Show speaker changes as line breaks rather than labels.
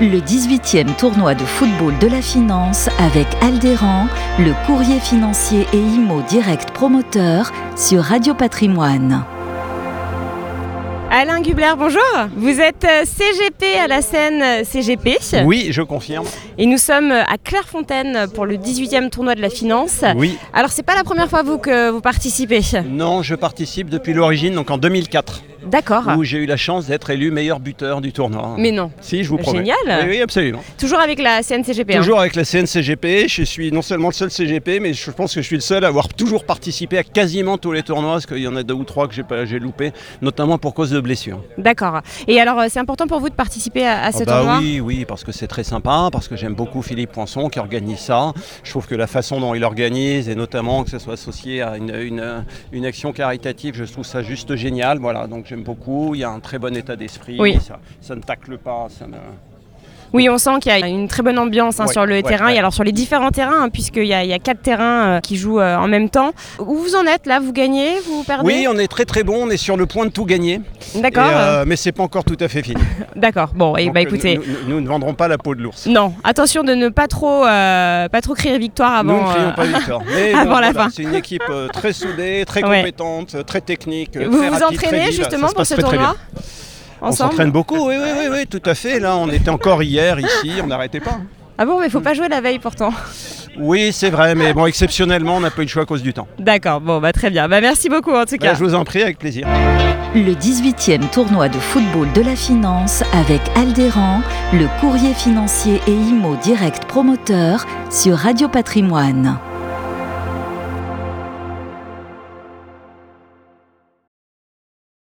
Le 18e tournoi de football de la finance avec Aldéran, le courrier financier et IMO direct promoteur sur Radio Patrimoine.
Alain Gubler, bonjour. Vous êtes euh, CGP à la scène euh, CGP.
Oui, je confirme.
Et nous sommes euh, à Clairefontaine pour le 18e tournoi de la finance.
Oui.
Alors, c'est pas la première fois, vous, que vous participez.
Non, je participe depuis l'origine, donc en 2004,
D'accord.
où j'ai eu la chance d'être élu meilleur buteur du tournoi.
Ah. Mais non.
Si, je vous promets.
Génial.
Oui, oui, absolument.
Toujours avec la scène CGP. hein.
Toujours avec la CNCGP, je suis non seulement le seul CGP, mais je pense que je suis le seul à avoir toujours participé à quasiment tous les tournois, parce qu'il y en a deux ou trois que j'ai pas- j'ai loupé, notamment pour cause de blessures.
D'accord. Et alors, euh, c'est important pour vous de participer à, à ce
Ah bah
tournoi
oui, oui, parce que c'est très sympa, parce que j'aime beaucoup Philippe Poinçon qui organise ça. Je trouve que la façon dont il organise, et notamment que ce soit associé à une, une- une action caritative, je trouve ça juste génial. Voilà, donc j'aime beaucoup. Il y a un très bon état d'esprit.
Oui.
Ça, ça ne tacle pas. Ça ne...
Oui, on sent qu'il y a une très bonne ambiance hein,
Ouais,
sur le
ouais,
terrain et
ouais.
alors sur les différents terrains, hein, puisqu'il y, a- il y a quatre terrains euh, qui jouent euh, en même temps. Où vous en êtes là Vous gagnez Vous
Oui,
perdez
on est très très bon. On est sur le point de tout gagner.
D'accord.
Et,
euh,
euh, mais c'est pas encore tout à fait fini.
D'accord. Bon, et
Donc,
bah
euh,
écoutez.
nous, nous- nous ne vendrons pas la peau de l'ours.
Non, attention de ne pas trop, euh, pas trop crier victoire
nous ne
avant.
crions
euh,
pas victoire. Mais
avant la fin.
C'est une équipe euh, très soudée, très
Ouais.
compétente, très technique. euh,
Vous
très
vous
rapide, très
entraînez
vive.
justement
Ça
pour
se passe
ce
très, très bien.
tournoi
On s'entraîne
Ensemble
beaucoup, oui, oui, oui, oui, tout à fait. Là, on était encore hier ici, on n'arrêtait pas.
Ah bon, mais faut pas jouer la veille pourtant.
Oui, c'est vrai, mais bon, exceptionnellement, on n'a pas eu le choix à cause du temps.
D'accord, bon, bah très bien. Bah merci beaucoup en tout
Bah,
cas.
je vous en prie, avec plaisir.
Le 18e tournoi de football de la finance avec Aldéran, le courrier financier et IMO direct promoteur sur Radio Patrimoine.